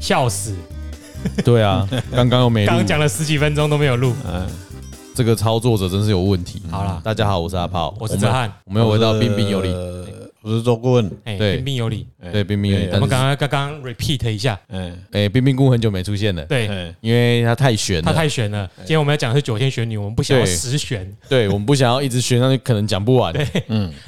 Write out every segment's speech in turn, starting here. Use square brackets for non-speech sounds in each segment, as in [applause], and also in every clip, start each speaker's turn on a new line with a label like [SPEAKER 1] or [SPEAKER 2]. [SPEAKER 1] 笑死！
[SPEAKER 2] [laughs] 对啊，刚刚又没录
[SPEAKER 1] 刚刚讲了十几分钟都没有录。
[SPEAKER 2] 嗯这个操作者真是有问题。
[SPEAKER 1] 好啦
[SPEAKER 2] 大家好，我是阿炮，
[SPEAKER 1] 我是哲翰
[SPEAKER 2] 我们又回到彬彬有礼，
[SPEAKER 3] 呃我哎是周顾问，
[SPEAKER 1] 哎，
[SPEAKER 2] 对
[SPEAKER 1] 彬彬有礼。
[SPEAKER 2] 对彬彬有礼。
[SPEAKER 1] 我
[SPEAKER 3] 对
[SPEAKER 2] 但
[SPEAKER 1] 们
[SPEAKER 2] 是
[SPEAKER 1] 刚刚刚刚 repeat 一下，
[SPEAKER 3] 哎
[SPEAKER 2] 哎，彬彬姑很久没出现了，
[SPEAKER 1] 对，
[SPEAKER 3] 哎，
[SPEAKER 2] 因为他太悬
[SPEAKER 1] 他
[SPEAKER 2] 了。
[SPEAKER 1] 太悬了。今天我们要讲的是九天玄女，我们不想要
[SPEAKER 2] 嗯对
[SPEAKER 1] 十玄。 [laughs]
[SPEAKER 2] 对，我们不想要一直悬上去，可能讲不完。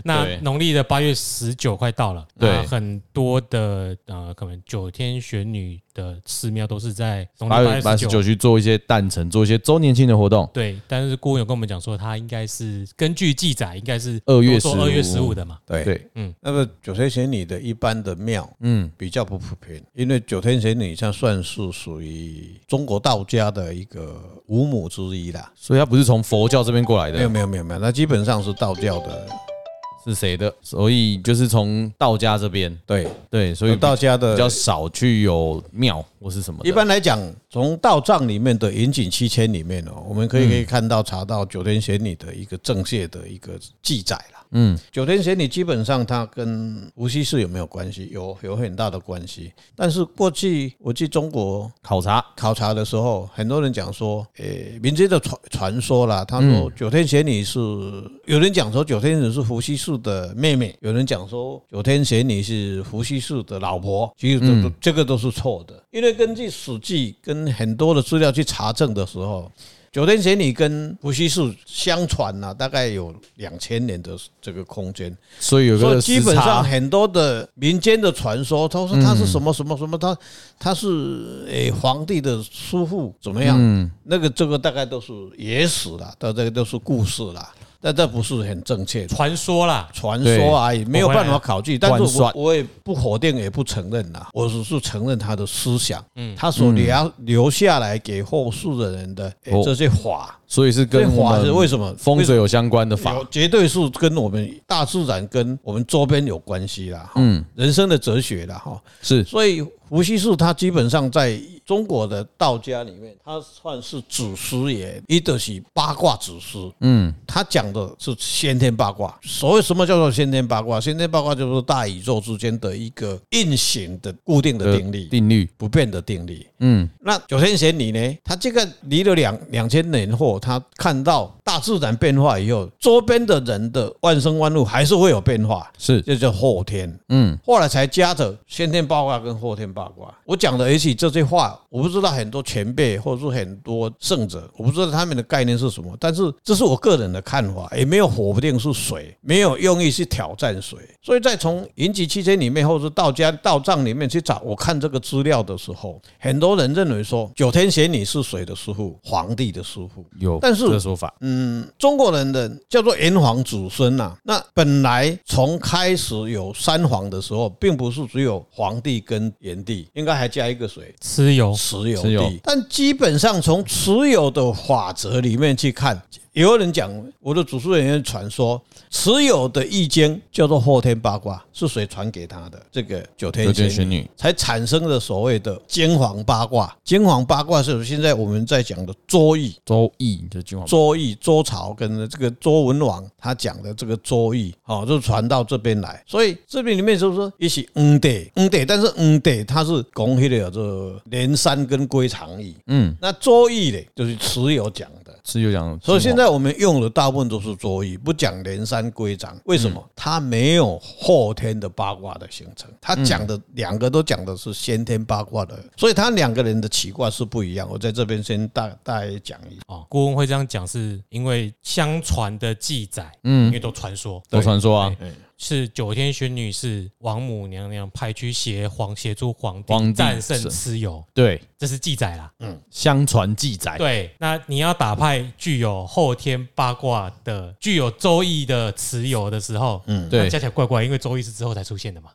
[SPEAKER 1] 那
[SPEAKER 2] 对
[SPEAKER 1] 农历的八月十九快到了，
[SPEAKER 2] 对
[SPEAKER 1] 那很多的呃，可能九天玄女的寺庙都是在农
[SPEAKER 2] 八
[SPEAKER 1] 历
[SPEAKER 2] 月
[SPEAKER 1] 八
[SPEAKER 2] 八
[SPEAKER 1] 月十
[SPEAKER 2] 十九
[SPEAKER 1] 九。
[SPEAKER 2] 去做一些诞辰，做一些周年庆的活动。
[SPEAKER 1] 对，但是顾问有跟我们讲说，他应该是根据记载，应该是
[SPEAKER 2] 2月
[SPEAKER 1] 说
[SPEAKER 2] 15
[SPEAKER 1] 二月十五的嘛。
[SPEAKER 3] 对
[SPEAKER 2] 对，
[SPEAKER 3] 那么九天玄女的一般的庙，
[SPEAKER 2] 嗯，
[SPEAKER 3] 比较不普遍，因为九天玄女它算是属于中国道家的一个五母之一啦。
[SPEAKER 2] 所以他不是从佛教这边过来
[SPEAKER 3] 没有
[SPEAKER 2] 的，
[SPEAKER 3] 没有没有没有，那基本上是道教的，
[SPEAKER 2] 是谁的？所以就是从道家这边，
[SPEAKER 3] 对，
[SPEAKER 2] 对，所以
[SPEAKER 3] 道家的
[SPEAKER 2] 比较少去有庙或是什么的。
[SPEAKER 3] 一般来讲，从道藏里面的《云锦七千》里面哦，我们可以
[SPEAKER 2] 嗯
[SPEAKER 3] 可以看到查到九天玄女的一个正确的一个记载啦。
[SPEAKER 2] 嗯，
[SPEAKER 3] 九天玄女基本上它跟无锡市有没有关系？有有很大的关系。但是过去我去中国
[SPEAKER 2] 考察，
[SPEAKER 3] 考察的时候，很多人讲说，诶、民间的传传说啦，他说九天玄女是，有人讲说九天玄女是伏羲氏的妹妹，有人讲说九天玄女是伏羲氏的老婆，其实这都、这个都是错的，因为根据《史记》跟很多的资料去查证的时候。九天玄女跟伏羲氏相传呐、大概有两千年的这个空间，
[SPEAKER 2] 所以有
[SPEAKER 3] 所
[SPEAKER 2] 个
[SPEAKER 3] 以基本
[SPEAKER 2] 时差
[SPEAKER 3] 上很多的民间的传说，他说他是
[SPEAKER 2] 嗯
[SPEAKER 3] 什么什么什么，他他是诶、皇帝的叔父怎么样？
[SPEAKER 2] 嗯
[SPEAKER 3] 那个这个大概都是野史啦，到这个都是故事啦，但这不是很正确的
[SPEAKER 1] 传说啦，
[SPEAKER 3] 传说而已，没有办法考据。但
[SPEAKER 2] 官
[SPEAKER 3] 是
[SPEAKER 2] 算
[SPEAKER 3] 我我也不否定，也不承认啦，我只是承认他的思想，他所留留下来给后世的人的诶
[SPEAKER 2] 嗯哦
[SPEAKER 3] 这些法，
[SPEAKER 2] 所以是
[SPEAKER 3] 这些
[SPEAKER 2] 跟我
[SPEAKER 3] 法是
[SPEAKER 2] 们
[SPEAKER 3] 为什么
[SPEAKER 2] 风水有相关的法
[SPEAKER 3] 有，绝对是跟我们大自然跟我们周边有关系啦。嗯，人生的哲学啦，哈。
[SPEAKER 2] 是
[SPEAKER 3] 所以伏羲氏他基本上在中国的道家里面，他算是祖师爷，一的是八卦祖师。嗯，他讲的是先天八卦。所谓什么叫做先天八卦？先天八卦就是大宇宙之间的一个运行的固定的定律。
[SPEAKER 2] 呃定律，
[SPEAKER 3] 不变的定律。
[SPEAKER 2] 嗯，
[SPEAKER 3] 那九天玄女呢？她这个离了两两千年后，她看到大自然变化以后，周边的人的万生万物还是会有变化，
[SPEAKER 2] 是
[SPEAKER 3] 这叫后天。
[SPEAKER 2] 嗯，
[SPEAKER 3] 后来才加着先天八卦跟后天八卦。我讲的，也许这些话，我不知道很多前辈或者是很多圣者，我不知道他们的概念是什么，但是这是我个人的看法，也没有否定是谁，没有用意去挑战谁。所以在从云集期间里面，或者是道家道藏里面去找，我看这个资料的时候，很多人认为说九天玄女是谁的师傅，皇帝的师傅。
[SPEAKER 2] 有，
[SPEAKER 3] 但是嗯
[SPEAKER 2] 这个说法，
[SPEAKER 3] 中国人的叫做炎黄子孙呐、那本来从开始有三皇的时候，并不是只有皇帝跟炎帝，应该还加一个谁？
[SPEAKER 1] 蚩尤
[SPEAKER 3] 蚩尤
[SPEAKER 2] 蚩尤
[SPEAKER 3] 帝。但基本上从蚩尤的法则里面去看，也有人讲我的祖述人员传说，蚩尤的易经叫做后天八卦，是谁传给他的？这个九天
[SPEAKER 2] 有点
[SPEAKER 3] 玄
[SPEAKER 2] 玄
[SPEAKER 3] 女。
[SPEAKER 2] 女，
[SPEAKER 3] 才产生了所谓的金黄八卦。金黄八卦是现在我们在讲的周易，
[SPEAKER 2] 周易这句话，
[SPEAKER 3] 哦周易、周朝跟这个周文王他讲的这个周易，哦，就传到这边来。所以这边里面就是说一起嗯对嗯对，但是嗯对它是讲那个这连山跟归藏易，
[SPEAKER 2] 嗯，
[SPEAKER 3] 那周易呢就是蚩尤讲的。
[SPEAKER 2] 是哦有讲，
[SPEAKER 3] 所以现在我们用的大部分都是周易，不讲连山归藏。为什
[SPEAKER 2] 嗯
[SPEAKER 3] 么？它没有后天的八卦的形成，它讲的两个都讲的是先天八卦的，所以它两个人的奇卦是不一样。我在这边先大大概讲一下。
[SPEAKER 1] 哦，顾问会这样讲，是因为相传的记载，嗯，因为都传说，
[SPEAKER 2] 都传说啊，
[SPEAKER 1] 是九天玄女是王母娘娘派去协皇协助皇
[SPEAKER 2] 皇
[SPEAKER 1] 帝
[SPEAKER 2] 帝
[SPEAKER 1] 战胜
[SPEAKER 2] 是哎
[SPEAKER 1] 蚩尤，
[SPEAKER 2] 对，
[SPEAKER 1] 这是记载啦。
[SPEAKER 2] 相传记载，
[SPEAKER 1] 对，那你要打败具有后天八卦的、具有周易的蚩尤的时候，嗯，
[SPEAKER 2] 对
[SPEAKER 1] 加起来怪怪，因为周易是之后才出现的嘛。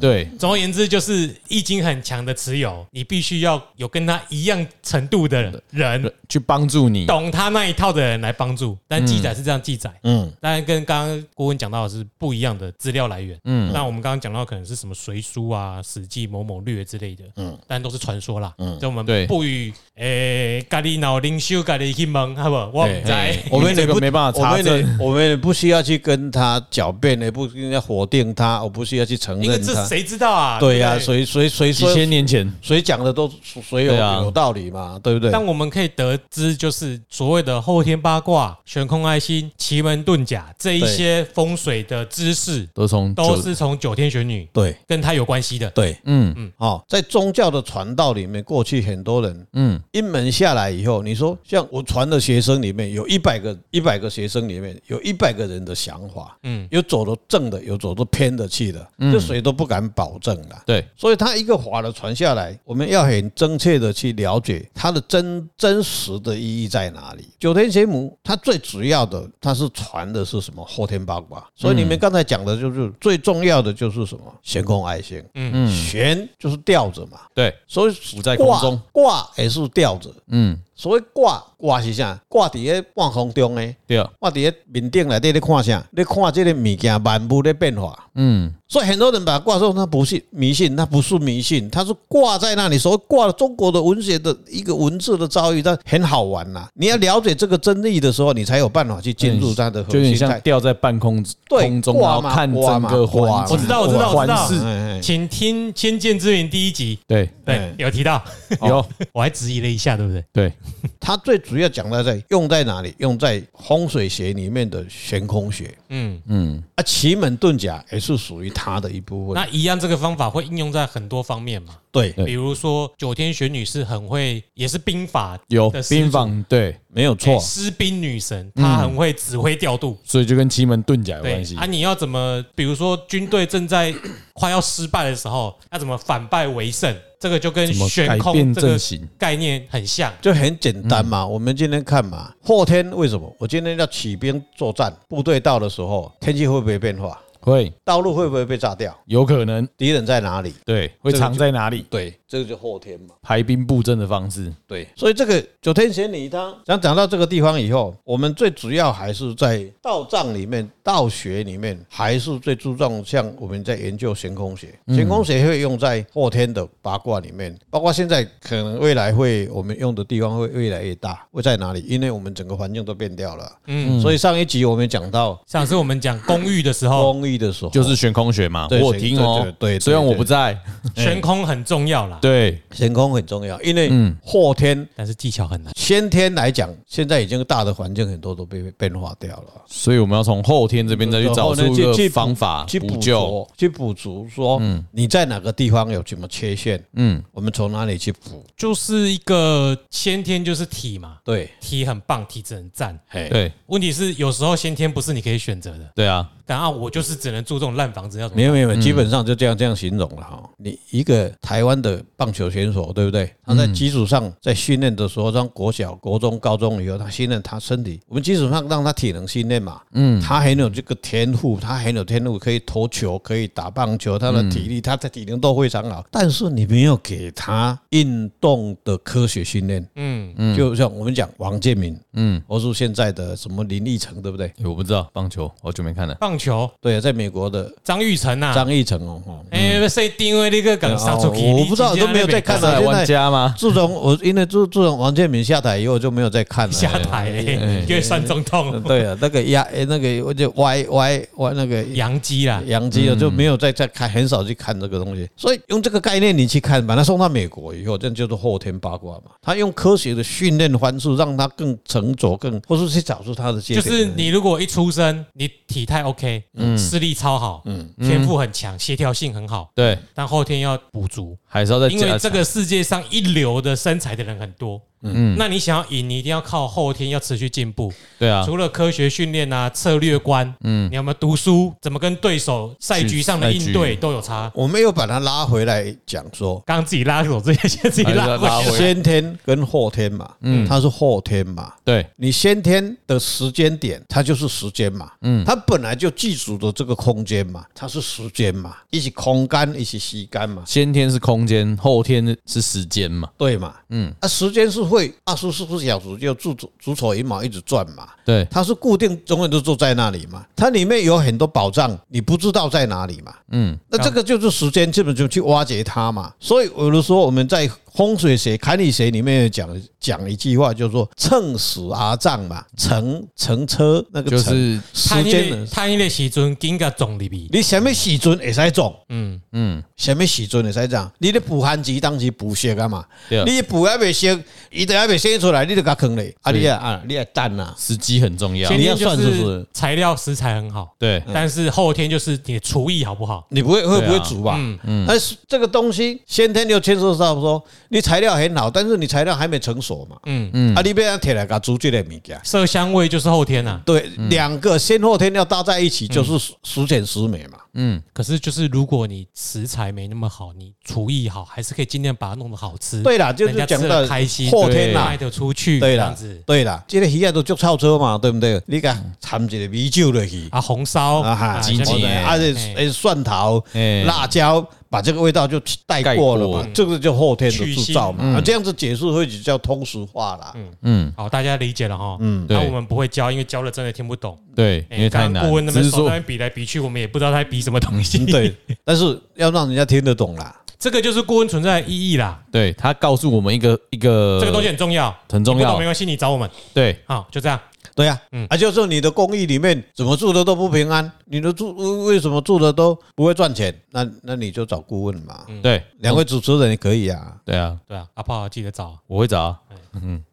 [SPEAKER 2] 对，
[SPEAKER 1] 总而言之，就是易经很强的蚩尤，你必须要有跟他一样程度的人，
[SPEAKER 2] 去帮助你，
[SPEAKER 1] 懂他
[SPEAKER 3] 嗯
[SPEAKER 1] 那一套的人来帮助。但记载是这样记载，嗯，当然跟刚刚郭文讲到的是不一样的的资料来源。
[SPEAKER 2] 嗯
[SPEAKER 1] 那我们刚刚讲到可能是什么《隋书》啊、《史记》某某略之类的，嗯
[SPEAKER 3] 嗯，
[SPEAKER 1] 但都是传说啦。嗯
[SPEAKER 3] 嗯，
[SPEAKER 1] 所以我们
[SPEAKER 2] 对
[SPEAKER 1] 不予诶，家己脑灵修，家己去问，好不好？我唔知。哎
[SPEAKER 2] 嘿
[SPEAKER 3] 我们
[SPEAKER 2] 这
[SPEAKER 3] 也
[SPEAKER 2] 个
[SPEAKER 3] 不
[SPEAKER 2] 没办法查
[SPEAKER 3] 我们
[SPEAKER 2] 证。
[SPEAKER 3] 也我们也不需要去跟他狡辩，也不应该否定他，我不需要去承
[SPEAKER 1] 因为
[SPEAKER 3] 认
[SPEAKER 1] 这
[SPEAKER 3] 他。
[SPEAKER 1] 谁知道啊？
[SPEAKER 3] 对呀、
[SPEAKER 1] 不
[SPEAKER 3] 谁谁谁
[SPEAKER 2] 几
[SPEAKER 3] 说
[SPEAKER 2] 千年前，
[SPEAKER 3] 谁讲的都谁有、
[SPEAKER 2] 对啊
[SPEAKER 3] 有道理嘛，对不对？
[SPEAKER 1] 但我们可以得知，就是所谓的后天八卦、悬空爱心、奇门遁甲这一些风水的知识，
[SPEAKER 2] 都从
[SPEAKER 1] 都
[SPEAKER 2] 九
[SPEAKER 1] 是从九天玄女
[SPEAKER 3] 对
[SPEAKER 1] 跟她有关系的。
[SPEAKER 3] 对，
[SPEAKER 2] 嗯
[SPEAKER 3] 哦，在宗教的传道里面，过去很多人
[SPEAKER 2] 嗯
[SPEAKER 3] 一门下来以后，你说像我传的学生里面有一百个，一百个学生里面有一百个人的想法，
[SPEAKER 1] 嗯
[SPEAKER 3] 嗯，有走的正的，有走的偏的去的，
[SPEAKER 2] 嗯
[SPEAKER 3] 这谁都不敢保证啦。
[SPEAKER 2] 对
[SPEAKER 3] 所以他一个法的传下来，我们要很正确的去了解它的真真实的意义在哪里。九天玄母，它最主要的，它是传的是什么后天八卦。所以你们刚才讲的就是最重要的就是什么悬空爱心，
[SPEAKER 1] 嗯，
[SPEAKER 2] 嗯
[SPEAKER 3] 悬就是吊着嘛，
[SPEAKER 2] 对，
[SPEAKER 3] 所以
[SPEAKER 2] 浮在空中
[SPEAKER 3] 挂挂也是吊着。
[SPEAKER 2] 嗯
[SPEAKER 3] 所谓挂挂是啥？挂伫咧半空中诶，
[SPEAKER 2] 对啊
[SPEAKER 3] 挂伫咧面顶内底咧看啥？咧看这个物件万物的变化。
[SPEAKER 2] 嗯
[SPEAKER 3] 所以很多人把它挂上，它不是迷信，它不是迷信，它是挂在那里。所谓挂了中国的文学的一个文字的遭遇，它很好玩呐、你要了解这个真理的时候，你才有办法去进入它的核
[SPEAKER 2] 就有
[SPEAKER 3] 心
[SPEAKER 2] 点像
[SPEAKER 3] 态。
[SPEAKER 2] 吊在半空
[SPEAKER 3] 对
[SPEAKER 2] 空中，然
[SPEAKER 3] 挂
[SPEAKER 2] 后
[SPEAKER 3] 嘛
[SPEAKER 2] 看整个
[SPEAKER 3] 挂嘛
[SPEAKER 2] 环境
[SPEAKER 1] 我知道我知道我知道
[SPEAKER 2] 环视
[SPEAKER 3] 哎哎
[SPEAKER 1] 请听《先见之明》第一集，
[SPEAKER 2] 对
[SPEAKER 1] 对
[SPEAKER 3] 嗯，
[SPEAKER 1] 有提到， [laughs]
[SPEAKER 2] 有
[SPEAKER 1] 我还质疑了一下，对不对？
[SPEAKER 2] 对
[SPEAKER 3] 它最主要讲的在用在哪里？用在风水学里面的悬空学
[SPEAKER 1] 嗯，
[SPEAKER 2] 嗯
[SPEAKER 3] 啊，奇门遁甲也是属于它的一部分。
[SPEAKER 1] 那一样这个方法会应用在很多方面嘛，
[SPEAKER 3] 对，
[SPEAKER 2] 对
[SPEAKER 1] 比如说九天玄女是很会，也是兵法
[SPEAKER 2] 有
[SPEAKER 1] 的始祖
[SPEAKER 2] 兵法对，
[SPEAKER 3] 没有
[SPEAKER 1] 欸
[SPEAKER 3] 错。
[SPEAKER 1] 施兵女神，她很会指挥调度。
[SPEAKER 2] 所以就跟奇门遁甲有
[SPEAKER 1] 对
[SPEAKER 2] 嗯关系
[SPEAKER 1] 啊，。你要怎么？比如说军队正在快要失败的时候，要怎么反败为胜？这个就跟
[SPEAKER 2] 怎么
[SPEAKER 1] 悬
[SPEAKER 2] 改
[SPEAKER 1] 空
[SPEAKER 2] 变
[SPEAKER 1] 这个
[SPEAKER 2] 阵型
[SPEAKER 1] 概念很像。
[SPEAKER 3] 就很简单嘛。我们今天看嘛，后天为什么我今天要起兵作战？部队到的时候，天气会不会变化？
[SPEAKER 2] 会
[SPEAKER 3] 道路会不会被炸掉？
[SPEAKER 2] 有可能
[SPEAKER 3] 敌人在哪里？
[SPEAKER 2] 对，会
[SPEAKER 3] 这个
[SPEAKER 2] 藏
[SPEAKER 3] 就
[SPEAKER 2] 在哪里？
[SPEAKER 3] 对，这个就后天嘛。
[SPEAKER 2] 排兵布阵的方式，
[SPEAKER 3] 对，所以这个九天玄女她想讲到这个地方以后，我们最主要还是在道藏里面、道学里面，还是最注重像我们在研究悬空学，
[SPEAKER 2] 嗯
[SPEAKER 3] 悬空学会用在后天的八卦里面，包括现在可能未来会我们用的地方会越来越大，会在哪里？因为我们整个环境都变掉了。
[SPEAKER 1] 嗯，
[SPEAKER 3] 所以上一集我们讲到
[SPEAKER 1] 上次我们讲公寓的时
[SPEAKER 2] 嗯
[SPEAKER 1] 候，
[SPEAKER 3] 公益的时候，
[SPEAKER 2] 哦就是悬空学嘛。我
[SPEAKER 3] 对
[SPEAKER 2] 有听哦
[SPEAKER 3] 对对，对对
[SPEAKER 2] 虽然我不在，
[SPEAKER 1] 悬空很重要啦，
[SPEAKER 2] 对，
[SPEAKER 3] 悬空很重要，因为
[SPEAKER 2] 嗯
[SPEAKER 3] 后天
[SPEAKER 1] 但是技巧很难。
[SPEAKER 3] 先天来讲，现在已经大的环境很多都被变化掉了，
[SPEAKER 2] 所以我们要从后天这边再去找出一
[SPEAKER 3] 然后呢去
[SPEAKER 2] 个
[SPEAKER 3] 去
[SPEAKER 2] 方法
[SPEAKER 3] 去补
[SPEAKER 2] 啊补救。
[SPEAKER 3] 足，去补足，说你在哪个地方有什么缺陷，
[SPEAKER 2] 嗯，
[SPEAKER 3] 我们从哪里去补。
[SPEAKER 1] 就是一个先天就是体嘛，
[SPEAKER 3] 对，
[SPEAKER 1] 体很棒，体质很赞。
[SPEAKER 3] 嘿，
[SPEAKER 2] 对
[SPEAKER 1] 问题是有时候先天不是你可以选择的，
[SPEAKER 2] 对啊，
[SPEAKER 1] 但啊，我就是只能住这种烂房子，要怎么
[SPEAKER 3] 没？有没有，基本上就这样这样形容了哈。你一个台湾的棒球选手，对不对？他在基础上在训练的时候，让国小、国中、高中以后，他训练他身体，我们基础上让他体能训练嘛，嗯，他很有这个天赋，他很有天赋，可以投球，可以打棒球，他的体力，他的体能都非常好。但是你没有给他运动的科学训练，
[SPEAKER 1] 嗯，
[SPEAKER 3] 就像我们讲王建民，
[SPEAKER 2] 嗯，
[SPEAKER 3] 或是现在的什么林奕晨，对不对？
[SPEAKER 2] 诶我不知道棒球，好久没看了。
[SPEAKER 1] 棒球
[SPEAKER 3] 对啊，在美国的
[SPEAKER 1] 张玉成啊，
[SPEAKER 3] 张奕晨哦，哦
[SPEAKER 1] 哎，谁定位那个港杀出去？
[SPEAKER 3] 哦我
[SPEAKER 1] 你
[SPEAKER 3] 不知道
[SPEAKER 1] 直接
[SPEAKER 3] 都没有在看
[SPEAKER 2] 看来
[SPEAKER 3] 啊现在
[SPEAKER 2] 玩家吗？
[SPEAKER 3] 自从我因为自自从王建民下台以后就没有再看了。
[SPEAKER 1] 下
[SPEAKER 3] 哎
[SPEAKER 1] 台嘞，因为算中痛，
[SPEAKER 3] 对啊，那个压诶那个我就歪歪歪那个
[SPEAKER 1] 阳基啦，
[SPEAKER 3] 杨基啊
[SPEAKER 1] 嗯
[SPEAKER 3] 了，就没有再再看，很少去看这个东西。所以用这个概念你去看，把它送到美国以后，这就是后天八卦嘛。他用科学的训练方式，让他更沉着，更或是去找出他的缺
[SPEAKER 1] 就
[SPEAKER 3] 点。嗯
[SPEAKER 1] 是你如果一出生，你体态 OK，视力超好，天赋很强，协调性很好，
[SPEAKER 2] 对，
[SPEAKER 1] 但后天要补足，
[SPEAKER 2] 还是要再
[SPEAKER 1] 因为
[SPEAKER 2] 加
[SPEAKER 1] 这
[SPEAKER 2] 强。
[SPEAKER 1] 个世界上一流的身材的人很多，嗯，那你想要赢，你一定要靠后天要持续进步，
[SPEAKER 2] 对啊，
[SPEAKER 1] 除了科学训练啊、策略观，嗯，你有没有读书，怎么跟对手赛局上的应对都有差。
[SPEAKER 3] 我们又把它拉回来讲说，
[SPEAKER 1] 刚刚自己拉走这些，先自己拉回
[SPEAKER 2] 还是要拉
[SPEAKER 1] 来
[SPEAKER 2] 回。
[SPEAKER 3] 先天跟后天嘛，嗯，它是后天嘛，
[SPEAKER 2] 对，
[SPEAKER 3] 你先天的时间点，它就是时间嘛，嗯，它本来就记住的这个空间嘛，它是时间嘛，一起空间，一起吸干嘛，
[SPEAKER 2] 先天是空间，后天是时间嘛。
[SPEAKER 3] 对嘛，嗯，啊，时间是会二十四小时就自足足丑一毛一直转嘛，
[SPEAKER 2] 对
[SPEAKER 3] 它是固定永远都坐在那里嘛，它里面有很多宝藏，你不知道在哪里嘛。
[SPEAKER 2] 嗯，
[SPEAKER 3] 那这个就是时间，基本就去挖掘它嘛。所以有的时候我们在风水学、坎理学里面讲讲一句话，就是说乘时而涨嘛，乘乘车那个
[SPEAKER 2] 就
[SPEAKER 3] 乘
[SPEAKER 2] 是
[SPEAKER 3] 时
[SPEAKER 1] 一
[SPEAKER 3] 间的
[SPEAKER 1] 个。探一个时阵，紧甲撞入去。
[SPEAKER 3] 你什么时阵会使种？
[SPEAKER 1] 嗯，
[SPEAKER 2] 嗯，
[SPEAKER 3] 什么时阵会使种？你咧补番薯当时补熟啊嘛，
[SPEAKER 2] 对
[SPEAKER 3] 你补还未熟，伊都还未生出来，你就甲坑咧。啊，
[SPEAKER 2] 对
[SPEAKER 3] 你啊啊，你啊等啊，
[SPEAKER 2] 时机很重要
[SPEAKER 1] 先。
[SPEAKER 3] 你要
[SPEAKER 1] 天就
[SPEAKER 3] 算是不是
[SPEAKER 1] 材料食材很好，
[SPEAKER 2] 对，
[SPEAKER 1] 但是后天就是你的厨艺好不好？
[SPEAKER 3] 你不会会不
[SPEAKER 2] 对
[SPEAKER 3] 会
[SPEAKER 2] 啊
[SPEAKER 3] 煮吧？
[SPEAKER 1] 嗯
[SPEAKER 3] 但是这个东西先天就牵涉到说，你材料很好，但是你材料还没成熟嘛，
[SPEAKER 1] 嗯，
[SPEAKER 3] 啊，你不要摕来甲煮这个物件。
[SPEAKER 1] 色香味就是后天啊呐。
[SPEAKER 3] 对，两个先后天要搭在一起，就是十十全十美嘛。
[SPEAKER 2] 嗯，
[SPEAKER 1] 可是就是如果你食材没那么好，你厨艺好，还是可以尽量把它弄得好吃。
[SPEAKER 3] 对啦，就
[SPEAKER 1] 人家
[SPEAKER 3] 是
[SPEAKER 1] 吃
[SPEAKER 3] 讲
[SPEAKER 1] 得
[SPEAKER 3] 到
[SPEAKER 1] 开心，
[SPEAKER 3] 后天
[SPEAKER 2] 对
[SPEAKER 1] 卖
[SPEAKER 3] 啦，
[SPEAKER 1] 得出去，嗯
[SPEAKER 3] 对
[SPEAKER 1] 这
[SPEAKER 3] 啦
[SPEAKER 1] 样子，。
[SPEAKER 3] 对啦，这个鱼啊都足臭车嘛，对不对？你甲掺一个米酒落去，
[SPEAKER 1] 啊，红烧
[SPEAKER 3] 啊哈，
[SPEAKER 2] 金
[SPEAKER 1] 像
[SPEAKER 2] 钱
[SPEAKER 1] 你
[SPEAKER 2] 哎
[SPEAKER 3] 啊，这
[SPEAKER 1] 哎
[SPEAKER 3] 哎蒜头、
[SPEAKER 2] 哎
[SPEAKER 3] 辣椒，把这个味道就带过了
[SPEAKER 2] 盖
[SPEAKER 3] 嘛
[SPEAKER 2] 过，
[SPEAKER 3] 这个就后天的制造
[SPEAKER 2] 去腥
[SPEAKER 1] 嗯
[SPEAKER 3] 嘛。啊，这样子解释会比较通俗化啦。
[SPEAKER 2] 嗯，
[SPEAKER 1] 好，大家理解了哈。
[SPEAKER 3] 嗯
[SPEAKER 1] 那
[SPEAKER 2] 对
[SPEAKER 1] 我们不会教，因为教了真的听不懂。
[SPEAKER 2] 对，
[SPEAKER 1] 哎
[SPEAKER 2] 因为太
[SPEAKER 1] 刚刚
[SPEAKER 2] 难
[SPEAKER 1] 顾问，那
[SPEAKER 2] 只
[SPEAKER 1] 边哎
[SPEAKER 2] 是
[SPEAKER 1] 手那
[SPEAKER 2] 说
[SPEAKER 1] 边比来比去，我们也不知道他在比什么东西。
[SPEAKER 3] 嗯对，但是要让人家听得懂啦。
[SPEAKER 1] [laughs] 这个就是顾问存在的意义啦。
[SPEAKER 2] 对他告诉我们一个一个
[SPEAKER 1] 这个东西很重要，
[SPEAKER 2] 很呃重
[SPEAKER 1] 你不懂
[SPEAKER 2] 要
[SPEAKER 1] 没，关系，你找我们。
[SPEAKER 2] 对，
[SPEAKER 1] 好，就这样。
[SPEAKER 3] 对呀、啊
[SPEAKER 1] 嗯，
[SPEAKER 3] 就是你的公寓里面怎么住的都不平安，你的住为为什么住的都不会赚钱？那那你就找顾问嘛。
[SPEAKER 2] 对，
[SPEAKER 3] 两位主持人也可以啊，
[SPEAKER 2] 对啊，
[SPEAKER 1] 对啊，阿炮记得找。
[SPEAKER 2] 我会找啊，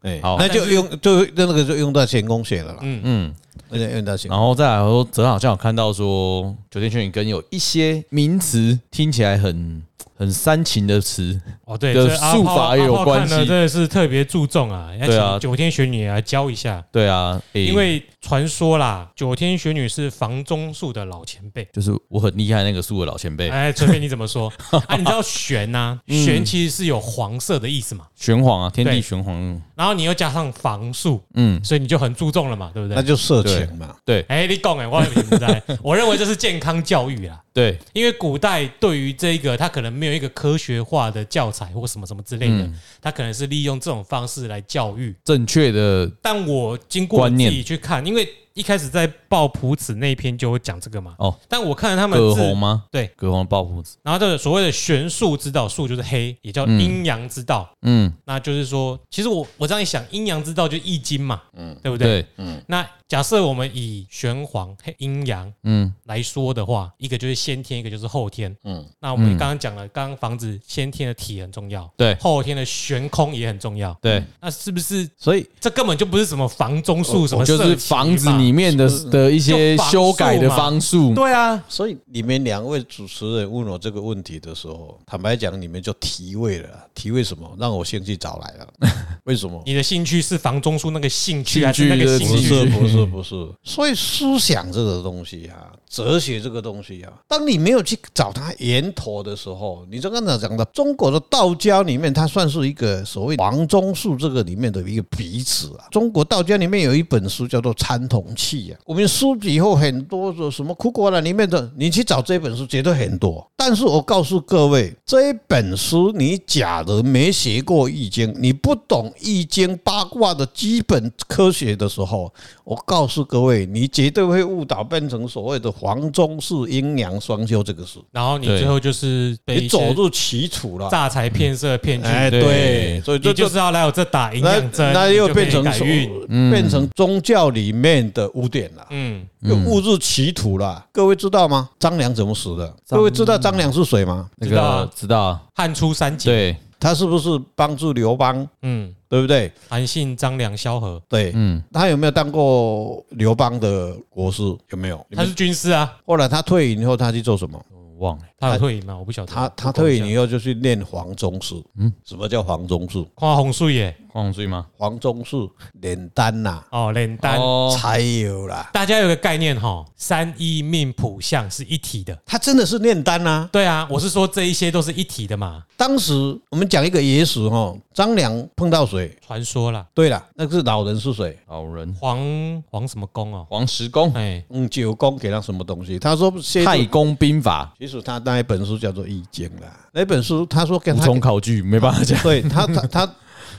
[SPEAKER 3] 哎，
[SPEAKER 2] 好
[SPEAKER 3] 那就用就那个就用到前功学了啦，
[SPEAKER 1] 嗯
[SPEAKER 2] 嗯，
[SPEAKER 3] 那就用到前。
[SPEAKER 2] 然后再来说，泽好像有看到说，酒店圈里跟有一些名词听起来很很煽情的词，
[SPEAKER 1] 哦，对，
[SPEAKER 2] 跟
[SPEAKER 1] 这阿炮
[SPEAKER 2] 术法也有关系
[SPEAKER 1] 阿炮看了真的是特别注重啊。要
[SPEAKER 2] 对啊
[SPEAKER 1] 请九天玄女来教一下，
[SPEAKER 2] 对啊，诶
[SPEAKER 1] 因为传说啦，九天玄女是房中术的老前辈。
[SPEAKER 2] 就是我很厉害那个树的老前辈，
[SPEAKER 1] 哎，随便你怎么
[SPEAKER 2] [laughs]
[SPEAKER 1] 说啊！你知道玄呐、
[SPEAKER 2] 嗯
[SPEAKER 1] 玄其实是有黄色的意思嘛，
[SPEAKER 2] 玄黄啊，天
[SPEAKER 1] 对
[SPEAKER 2] 地玄黄，
[SPEAKER 1] 然后你又加上房术，
[SPEAKER 2] 嗯，
[SPEAKER 1] 所以你就很注重了嘛，对不对
[SPEAKER 3] 那？就色情嘛，
[SPEAKER 2] 对
[SPEAKER 1] 哎、你懂哎，我也明白。我认为这是健康教育啦，
[SPEAKER 2] 对，
[SPEAKER 1] 因为古代对于这个，他可能没有一个科学化的教材或什么什么之类的，
[SPEAKER 2] 嗯
[SPEAKER 1] 他可能是利用这种方式来教育。
[SPEAKER 2] 正确的，
[SPEAKER 1] 但我经过我
[SPEAKER 2] 观
[SPEAKER 1] 自
[SPEAKER 2] 念
[SPEAKER 1] 己去看，因为一开始在报谱子那篇就有讲这个嘛。
[SPEAKER 2] 哦，
[SPEAKER 1] 但我看了他们
[SPEAKER 2] 葛
[SPEAKER 1] 字，
[SPEAKER 2] 洪吗？
[SPEAKER 1] 对，
[SPEAKER 2] 葛洪的抱朴子，
[SPEAKER 1] 然后这个所谓的玄术之道，术就是黑，也叫阴阳之道。
[SPEAKER 2] 嗯，
[SPEAKER 1] 那就是说，其实我我这样一想，阴阳之道就易经嘛，嗯，对不对？
[SPEAKER 2] 对，
[SPEAKER 1] 那假设我们以玄黄、黑阴阳
[SPEAKER 2] 嗯，
[SPEAKER 1] 来说的话，一个就是先天，一个就是后天。嗯，那我们刚刚讲了，刚刚房子先天的体很重要，
[SPEAKER 2] 对
[SPEAKER 1] 后天的悬空也很重要。
[SPEAKER 2] 对，
[SPEAKER 1] 那是不是
[SPEAKER 3] 所以
[SPEAKER 1] 这根本就不是什么房中术什么
[SPEAKER 2] 哦就
[SPEAKER 1] 色
[SPEAKER 2] 是
[SPEAKER 1] 旗
[SPEAKER 2] 房子
[SPEAKER 1] 嘛
[SPEAKER 2] 里面的的一些
[SPEAKER 1] 就房
[SPEAKER 2] 修改的
[SPEAKER 1] 术嘛
[SPEAKER 2] 方术，
[SPEAKER 1] 对啊，
[SPEAKER 3] 所以你们两位主持人问我这个问题的时候，坦白讲，你们就提味了啦，提味什么？让我兴趣找来了，为什么？
[SPEAKER 1] 你的兴趣是房中术那个兴趣还是
[SPEAKER 2] 兴
[SPEAKER 1] 那
[SPEAKER 2] 趣
[SPEAKER 1] 个
[SPEAKER 2] 的
[SPEAKER 1] 兴
[SPEAKER 3] 不
[SPEAKER 2] 兴
[SPEAKER 1] 趣
[SPEAKER 2] 趣？
[SPEAKER 3] 是不 [laughs] 是不是，所以思想这个东西啊，哲学这个东西啊，当你没有去找它源头的时候，你就刚才讲的中国的道教里面，它算是一个所谓王中术这个里面的一个鼻子啊。中国道教里面有一本书叫做《参同契》啊，我们书以后很多的什么库国兰里面的，你去找这本书绝对很多。但是我告诉各位，这一本书你假如没学过易经，你不懂易经八卦的基本科学的时候，我告诉各位，你绝对会误导变成所谓的黄宗式阴阳双修这个事，
[SPEAKER 1] 然后你
[SPEAKER 2] 对
[SPEAKER 1] 最后就是被哎
[SPEAKER 3] 你
[SPEAKER 1] 一些
[SPEAKER 3] 走入歧途了。
[SPEAKER 1] 诈财骗色骗去，
[SPEAKER 3] 啊哎，
[SPEAKER 2] 对
[SPEAKER 3] 对，所以这
[SPEAKER 1] 你就
[SPEAKER 3] 就是
[SPEAKER 1] 要来我这打营
[SPEAKER 3] 那
[SPEAKER 1] 养针，
[SPEAKER 3] 那
[SPEAKER 1] 你
[SPEAKER 3] 又
[SPEAKER 1] 就可以
[SPEAKER 3] 变成
[SPEAKER 1] 改
[SPEAKER 3] 说
[SPEAKER 1] 运。
[SPEAKER 3] 变成宗教里面的污点了。
[SPEAKER 1] 嗯，
[SPEAKER 3] 又误入歧途了，各位知道吗？张良怎么死的？各位知道张良是谁吗？
[SPEAKER 2] 那
[SPEAKER 1] 知道啊
[SPEAKER 2] 个知道啊，
[SPEAKER 1] 汉初三杰，
[SPEAKER 2] 对，
[SPEAKER 3] 他是不是帮助刘邦？
[SPEAKER 1] 嗯，
[SPEAKER 3] 对不对？
[SPEAKER 1] 韩信、张良、萧何，
[SPEAKER 3] 对，
[SPEAKER 2] 嗯，
[SPEAKER 3] 他有没有当过刘邦的国师？有没有？
[SPEAKER 1] 他是军师啊，
[SPEAKER 3] 后来他退隐以后，他去做什么？
[SPEAKER 2] 我忘了，
[SPEAKER 1] 他有退隐吗？我不晓得。
[SPEAKER 3] 他他退隐以后就去练黄宗术。嗯，什么叫黄宗术？
[SPEAKER 1] 看红树耶，
[SPEAKER 2] 黄永醉吗？
[SPEAKER 3] 黄宗术炼丹呐，
[SPEAKER 1] 哦，炼丹。
[SPEAKER 2] 哦，
[SPEAKER 3] 才有啦。
[SPEAKER 1] 大家有个概念哈，三一命谱相是一体的。
[SPEAKER 3] 他真的是炼丹呐。
[SPEAKER 1] 对啊，我是说这一些都是一体的嘛，
[SPEAKER 3] 当时我们讲一个野史哈，张良碰到谁？
[SPEAKER 1] 传说啦。
[SPEAKER 3] 对了，那个是老人是谁？
[SPEAKER 2] 老人
[SPEAKER 1] 黄黄什么公哦？
[SPEAKER 2] 黄石公，
[SPEAKER 1] 哎，
[SPEAKER 3] 嗯，九公给他什么东西？他说谢
[SPEAKER 2] 太公兵法，
[SPEAKER 3] 其实他那一本书叫做《易经》啦，那本书他说跟
[SPEAKER 2] 无
[SPEAKER 3] 他
[SPEAKER 2] 从考据，没办法讲。
[SPEAKER 3] 对他他他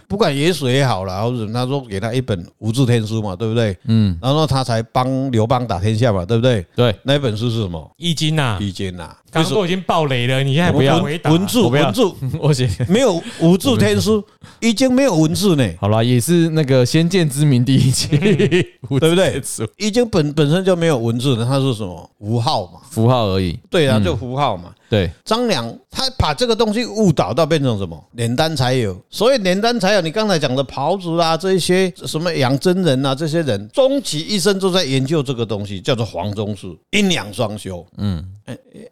[SPEAKER 3] 不管野史也好了，或者他说给他一本无字天书嘛，对不对？
[SPEAKER 2] 嗯，
[SPEAKER 3] 然后他才帮刘邦打天下嘛，对不对？
[SPEAKER 2] 对，
[SPEAKER 3] 那一本书是什么？
[SPEAKER 1] 易经呐，
[SPEAKER 3] 易经呐，
[SPEAKER 1] 刚刚都已经爆雷了，你现在
[SPEAKER 2] 啊我不要
[SPEAKER 1] 回
[SPEAKER 3] 文
[SPEAKER 1] 答
[SPEAKER 3] 文字
[SPEAKER 2] 我不要
[SPEAKER 3] 文字
[SPEAKER 2] [laughs] 我写
[SPEAKER 3] 没有无字天
[SPEAKER 2] [laughs]
[SPEAKER 3] 书，易经没有文字呢，
[SPEAKER 2] 好啦，也是那个《先见之明》第一
[SPEAKER 1] [laughs]
[SPEAKER 2] 集，
[SPEAKER 3] 对不对
[SPEAKER 2] [laughs] 无字天书？
[SPEAKER 3] 易经本本身就没有文字的，它是什么符号嘛？
[SPEAKER 2] 符号而已。
[SPEAKER 3] 对啊，
[SPEAKER 2] 嗯
[SPEAKER 3] 就符号嘛。
[SPEAKER 2] 对，
[SPEAKER 3] 张良他把这个东西误导到变成什么炼丹才有，所以炼丹才有你刚才讲的袍子啊，这一些什么养真人啊，这些人终其一生都在研究这个东西，叫做黄宗术，阴阳双修。哎
[SPEAKER 2] 嗯，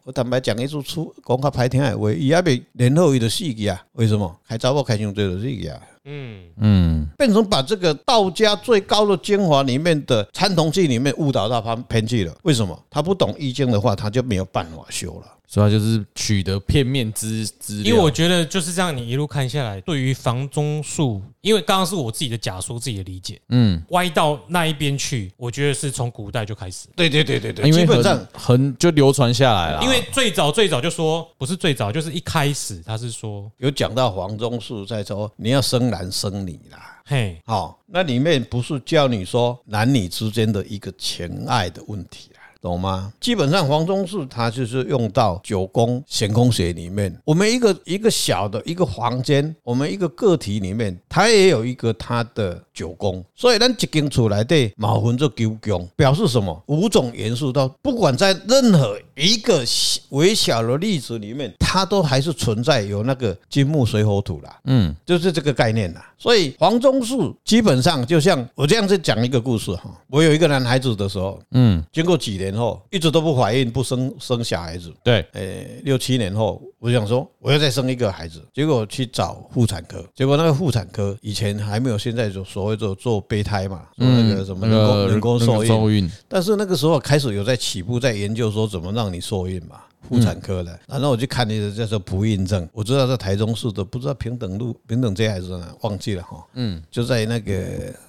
[SPEAKER 3] 我坦白讲，一出出讲较歹听的话，伊还袂联后伊就死去啊？为什么？开查某开伤多就死去啊？
[SPEAKER 1] 嗯，
[SPEAKER 2] 嗯，
[SPEAKER 3] 变成把这个道家最高的精华里面的参同记里面误导到他偏去了。为什么？他不懂易经的话，他就没有办法修了。
[SPEAKER 2] 所以他就是取得片面之资料。
[SPEAKER 1] 因为我觉得就是这样，你一路看下来，对于房中术，因为刚刚是我自己的假说，自己的理解，
[SPEAKER 2] 嗯，
[SPEAKER 1] 歪到那一边去，我觉得是从古代就开始了。
[SPEAKER 3] 对对对对对
[SPEAKER 2] 因为
[SPEAKER 3] 基本
[SPEAKER 2] 很
[SPEAKER 3] 上
[SPEAKER 2] 很就流传下来了。
[SPEAKER 1] 因为最早最早就说不是最早，就是一开始他是说，
[SPEAKER 3] 有讲到黄宗术在说你要生男生女啦。
[SPEAKER 1] 嘿，
[SPEAKER 3] 好、那里面不是教你说男女之间的一个情爱的问题啦，懂吗？基本上黄宗术他就是用到九宫悬空学里面，我们一个一个小的一个房间，我们一个个体里面，它也有一个它的九宫，所以咱一间厝内底毛分做九宫，表示什么？五种元素都不管在任何一个小微小的例子里面，它都还是存在有那个金木水火土啦。
[SPEAKER 2] 嗯，
[SPEAKER 3] 就是这个概念啦。所以黄宗树基本上就像我这样子讲一个故事哈，我有一个男孩子的时候，
[SPEAKER 2] 嗯，
[SPEAKER 3] 经过几年后一直都不怀孕不生生小孩子，
[SPEAKER 2] 对，
[SPEAKER 1] 哎
[SPEAKER 3] 诶，六七年后我想说我要再生一个孩子，结果去找妇产科，结果那个妇产科以前还没有现在就所谓的做备胎嘛，做那个什么
[SPEAKER 2] 那
[SPEAKER 3] 人工
[SPEAKER 2] 个
[SPEAKER 3] 人工受
[SPEAKER 2] 人
[SPEAKER 3] 孕，
[SPEAKER 2] 孕，
[SPEAKER 3] 但是那个时候开始有在起步，在研究说怎么让你受孕嘛，妇产科的。然后我去看那个叫做不孕症，我知道在台中市的，不知道平等路、平等街还是哪，忘记了哈。嗯，就在那个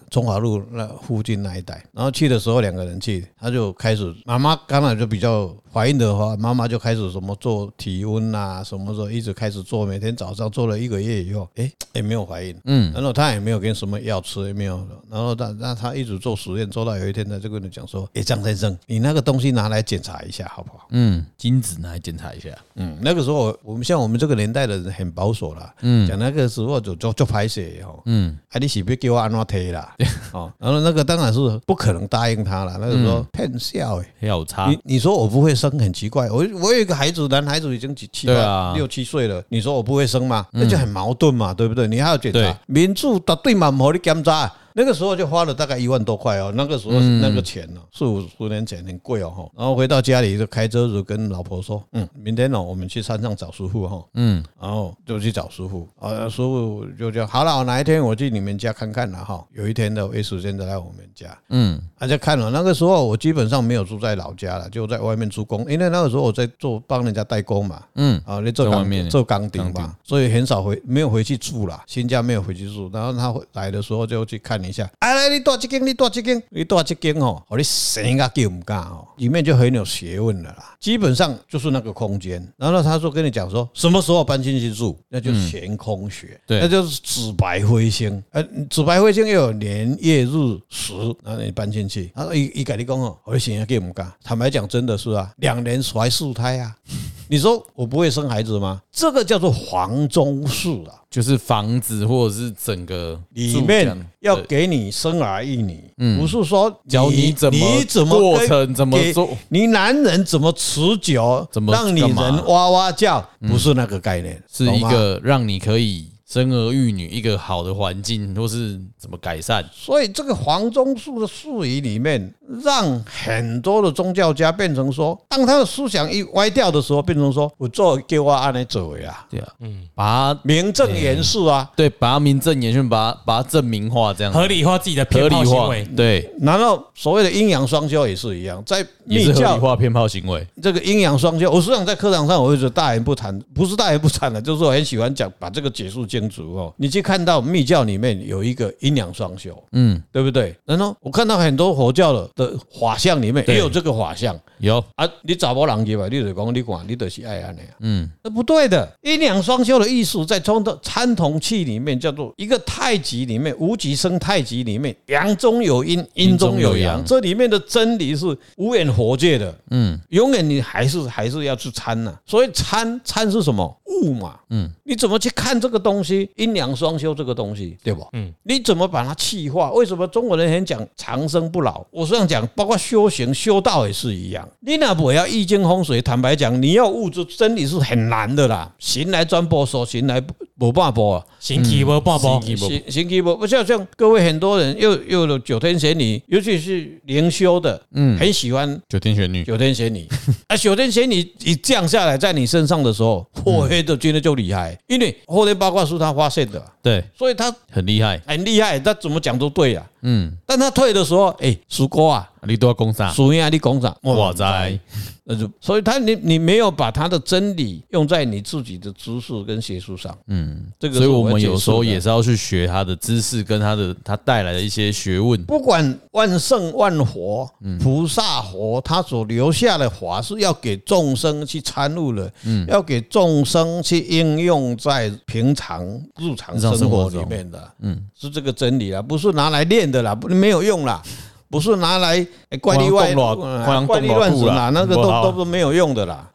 [SPEAKER 3] 中华路那附近那一带。然后去的时候两个人去，他就开始妈妈当啊然就比较怀孕的话，妈妈就开始什么做体温啊，什么时候一直开始做，每天早上做了一个月以后，哎也没有怀孕。
[SPEAKER 2] 嗯，
[SPEAKER 3] 然后他也没有给你什么药吃，也没有。然后他那他一直做实验，做到有一天他就跟你讲说：“诶，张先生，你那个东西拿来检查一下好不好
[SPEAKER 2] 嗯，精子拿来检查一下。？”
[SPEAKER 3] 嗯，那个时候我我们像我们这个年代的人很保守啦，嗯，讲那个时候就就就拍写哦，
[SPEAKER 2] 嗯，
[SPEAKER 3] 啊，你是不是给我安怎推啦？哦，然后那个当然是不可能答应他了，那个时候骗笑诶。
[SPEAKER 2] 要有差
[SPEAKER 3] 你，你说我不会生很奇怪，我我有一个孩子，男孩子已经几七
[SPEAKER 2] 对
[SPEAKER 3] 八
[SPEAKER 2] 啊嗯
[SPEAKER 3] 六七岁了，你说我不会生吗？那就很矛盾嘛，对不对？你还要检
[SPEAKER 2] 对
[SPEAKER 3] 查，民主答对嘛，冇你检查。那个时候就花了大概一万多块哦，那个时候
[SPEAKER 2] 嗯
[SPEAKER 3] 是那个钱哦，四五十年前很贵哦吼然后回到家里就开车子跟老婆说，嗯，明天哦我们去山上找师傅哈，
[SPEAKER 2] 嗯，
[SPEAKER 3] 然后就去找师傅，啊，师傅就叫好了，哪一天我去你们家看看了哈。有一天的有时间再来我们家，
[SPEAKER 2] 嗯，
[SPEAKER 3] 大家啊看了那个时候，我基本上没有住在老家了，就在外面出工，因为那个时候我在做帮人家代工嘛，
[SPEAKER 2] 嗯，
[SPEAKER 3] 啊，你做
[SPEAKER 2] 在外
[SPEAKER 3] 钢
[SPEAKER 2] 面
[SPEAKER 3] 做钢钉
[SPEAKER 2] 钢
[SPEAKER 3] 嘛，所以很少回没有回去住啦，新家没有回去住。然后他回来的时候就去看一下，哎，来你多几间，你多几间，你多几间哦，我你神啊给我们干哦，里面就很有学问了啦。基本上就是那个空间。然后他说跟你讲说什么时候搬进去住，那就是悬空学，
[SPEAKER 2] 嗯对
[SPEAKER 3] 那就是紫白灰星，呃，紫白灰星又有年月日时，然后你搬进去，他说一一跟你讲哦，我你神啊给我们干。坦白讲，真的是啊，两年怀四胎啊。你说我不会生孩子吗？这个叫做黄宗术啊，
[SPEAKER 2] 就是房子或者是整个
[SPEAKER 3] 里
[SPEAKER 2] 住这
[SPEAKER 3] 面
[SPEAKER 2] 样
[SPEAKER 3] 要
[SPEAKER 2] 对
[SPEAKER 3] 给你生儿育女，不是说
[SPEAKER 2] 嗯教你怎么
[SPEAKER 3] 你怎么
[SPEAKER 2] 过
[SPEAKER 3] 跟
[SPEAKER 2] 程怎么
[SPEAKER 3] 给
[SPEAKER 2] 做
[SPEAKER 3] 你男人怎么持久，
[SPEAKER 2] 怎么
[SPEAKER 3] 让你
[SPEAKER 2] 干嘛嗯
[SPEAKER 3] 人哇哇叫，不是那个概念，
[SPEAKER 2] 是
[SPEAKER 3] 懂
[SPEAKER 2] 一
[SPEAKER 3] 吗。
[SPEAKER 2] 个让你可以生儿育女一个好的环境，或是怎么改善。
[SPEAKER 3] 所以这个黄宗术的术语里面，让很多的宗教家变成说，当他的思想一歪掉的时候，变成说我做给我按你走呀，
[SPEAKER 2] 对啊，嗯，把它
[SPEAKER 3] 名正言顺啊。
[SPEAKER 2] 对，把它名正言顺，把它把它证明化，这样
[SPEAKER 1] 合理化自己的
[SPEAKER 2] 嗯
[SPEAKER 1] 偏
[SPEAKER 2] 合理
[SPEAKER 1] 好行
[SPEAKER 2] 化
[SPEAKER 1] 为，，
[SPEAKER 2] 对，
[SPEAKER 3] 然后所谓的阴阳双修也是一样，在
[SPEAKER 2] 也
[SPEAKER 3] 密
[SPEAKER 2] 是合
[SPEAKER 3] 教
[SPEAKER 2] 理化偏好行为。
[SPEAKER 3] 这个阴阳双修，我实际上在课堂上我一直大言不谈，不是大言不惭的，就是我很喜欢讲把这个解释经族哦， [laughs] 你去看到密教里面有一个阴阳双修，
[SPEAKER 2] 嗯，
[SPEAKER 3] 对不对？然后我看到很多佛教的的法相里面也有这个法相
[SPEAKER 2] 有，
[SPEAKER 3] 啊，你找不人去吧，你就讲你管，你就是爱安尼啊，
[SPEAKER 2] 嗯，
[SPEAKER 3] 那不对的。阴阳双修的艺术在冲的参同气里面叫做一个太极里面无极生太极里面阳中有阴，阴中有
[SPEAKER 2] 阴中有
[SPEAKER 3] 阳，
[SPEAKER 2] 阳
[SPEAKER 3] 这里面的真理是无远佛界的，
[SPEAKER 2] 嗯，
[SPEAKER 3] 永远你还是还是要去参呐、所以参参是什么物嘛？
[SPEAKER 2] 嗯，
[SPEAKER 3] 你怎么去看这个东西？阴阳双修这个东西，对吧？
[SPEAKER 1] 嗯，
[SPEAKER 3] 你怎么把它气化？为什么中国人很讲长生不老？我是想讲，包括修行、修道也是一样。你那不要易经风水，坦白讲，你要悟出真理是很难的啦。行来专波说，行来不半波啊。
[SPEAKER 1] 行体无半
[SPEAKER 2] 嗯
[SPEAKER 1] 波，
[SPEAKER 3] 行行基不不像像各位很多人又又有九天玄女，尤其是灵修的，嗯，很喜欢
[SPEAKER 2] 九天玄女，
[SPEAKER 3] 九天玄女啊，九天玄女一降下来在你身上的时候，嚯，黑的真的就厉害，因为后天八卦是他发现的，
[SPEAKER 2] 对，
[SPEAKER 3] 所以他
[SPEAKER 2] 很厉害，
[SPEAKER 3] 很厉害，他怎么讲都对呀、啊。
[SPEAKER 2] 嗯，
[SPEAKER 3] 但他退的时候，哎，叔哥啊，
[SPEAKER 2] 你都要攻杀，
[SPEAKER 3] 叔啊呀，你讲啥？
[SPEAKER 2] 哇塞，
[SPEAKER 3] 那就所以他你你没有把他的真理用在你自己的知识跟学术上，
[SPEAKER 2] 嗯，
[SPEAKER 3] 这个
[SPEAKER 2] 所以
[SPEAKER 3] 是
[SPEAKER 2] 我
[SPEAKER 3] 要
[SPEAKER 2] 们
[SPEAKER 3] 解释
[SPEAKER 2] 有时候
[SPEAKER 3] 的
[SPEAKER 2] 也是要去学他的知识跟他的他带来的一些学问，嗯
[SPEAKER 3] 不管万圣万佛、菩萨佛，他所留下的法是要给众生去参悟的，
[SPEAKER 2] 嗯
[SPEAKER 3] 要给众生去应用在平常日常生活里面的，
[SPEAKER 2] 嗯
[SPEAKER 3] 是这个真理啦，不是拿来练的啦，不没有用啦，不是拿来哎怪力外
[SPEAKER 2] 光阳动乱光阳
[SPEAKER 3] 怪
[SPEAKER 2] 动
[SPEAKER 3] 力
[SPEAKER 2] 乱
[SPEAKER 3] 乱神啊
[SPEAKER 2] 步啦
[SPEAKER 3] 啦，那个
[SPEAKER 2] 不好
[SPEAKER 3] 都都是没有用的啦。